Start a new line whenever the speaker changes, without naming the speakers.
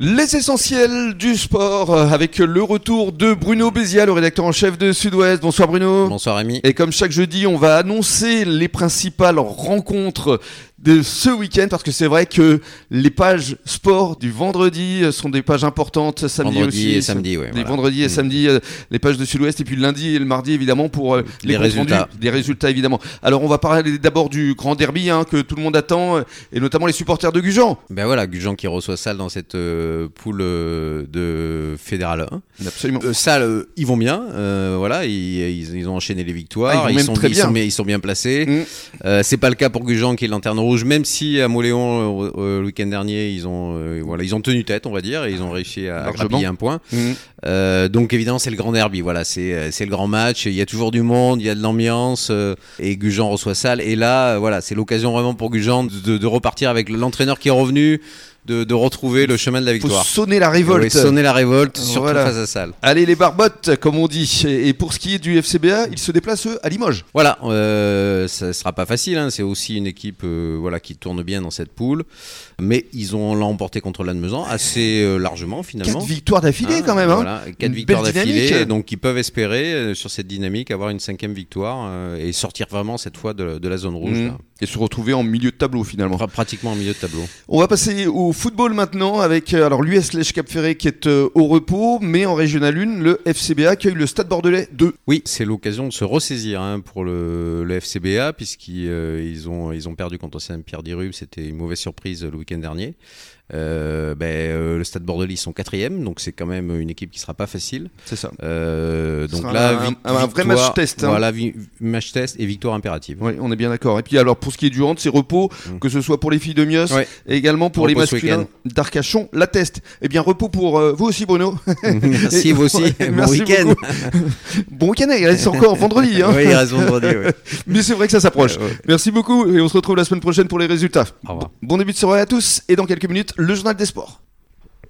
Les essentiels du sport euh, avec le retour de Bruno Béziat, le rédacteur en chef de Sud-Ouest. Bonsoir Bruno.
Bonsoir Rémi.
Oh. Et comme chaque jeudi, on va annoncer les principales rencontres de ce week-end parce que c'est vrai que les pages sport du vendredi euh, sont des pages importantes samedi
Vendredi
aussi.
et samedi, ouais,
Les
voilà.
vendredis et
Mm.
samedi, euh, les pages de Sud-Ouest et puis le lundi et le mardi évidemment pour euh, les,
Les
comptes rendus,
résultats.
les résultats évidemment. Alors on va parler d'abord du grand derby hein, que tout le monde attend euh, et notamment les supporters de Gujan.
Ben voilà, Gujan qui reçoit Salle dans cette euh, poule euh, de Fédéral 1.
Absolument.
Euh, Salle, euh, ils vont bien, euh, voilà, ils, ils- ils ont enchaîné les victoires,
Ah, ils vont même
sont,
très bien.
sont bien, ils sont bien placés.
Mm.
Euh, c'est pas le cas pour Gujan qui est lanterne rouge, même si à Moléon euh, euh, le week-end dernier ils ont euh, voilà ils ont tenu tête, on va dire, et ils ont réussi à
Largement.
grappiller un point.
Mm.
Euh, donc évidemment c'est le grand derby, voilà c'est euh, c'est le grand match. Il y a toujours du monde, il y a de l'ambiance euh, et Gujan reçoit Salle. Et là euh, voilà c'est l'occasion vraiment pour Gujan de, de repartir avec l'entraîneur qui est revenu, de, de retrouver le chemin de la
faut
victoire.
sonner la révolte.
Ouais, sonner la révolte, surtout
Voilà.
face à Salle.
Allez les barbottes, comme on dit. Et et pour ce qui est du FCBA, ils se déplacent eux à Limoges.
Voilà, euh, ça sera pas facile. hein. C'est aussi une équipe euh, voilà, qui tourne bien dans cette poule. Mais ils ont l'ont emporté contre l'Anne-Meusan assez euh, largement finalement.
Quatre victoires d'affilée
Hein,
quand même. hein.
voilà, quatre
Une
victoires
belle
d'affilée.
dynamique.
Donc ils peuvent espérer euh, sur cette dynamique avoir une cinquième victoire euh, et sortir vraiment cette fois de, de la zone rouge.
Mm.
là.
Et se retrouver en milieu de tableau finalement.
Pra- Pratiquement au milieu de tableau.
On va passer au football maintenant avec euh, alors l'US Lèche Cap Ferré qui est euh, au repos, mais en régional 1, le FCBA accueille le Stade Bordelais 2.
Oui, c'est l'occasion de se ressaisir hein, pour le, le FCBA, puisqu'ils euh, ils ont, ils ont perdu contre Saint-Pierre-d'Irube. C'était une mauvaise surprise euh, le week-end dernier. Euh, ben, euh, le Stade Bordelais, ils sont quatrième, donc c'est quand même une équipe qui sera pas facile.
C'est ça.
Euh,
Ce
donc
sera
là,
un-
vic-
un vrai
victoire-
match test, hein.
Voilà, vi- match test et victoire impérative.
Oui, on est bien d'accord. Et puis alors pour ce qui est du hand, c'est repos,
Mm.
que ce soit pour les filles de Mios
Ouais.
et également pour les
Repos ce
masculins d'Arcachon, la test. Eh bien repos pour euh, vous aussi Bruno.
Merci, vous aussi.
Ouais,
bon
merci
week-end.
beaucoup. bon week-end, il reste encore vendredi. hein.
oui, il reste vendredi. ouais.
Mais c'est vrai que ça s'approche.
Ouais, ouais.
Merci beaucoup et on se retrouve la semaine prochaine pour les résultats.
Au revoir.
Bon début de soirée à tous et dans quelques minutes, le journal des sports.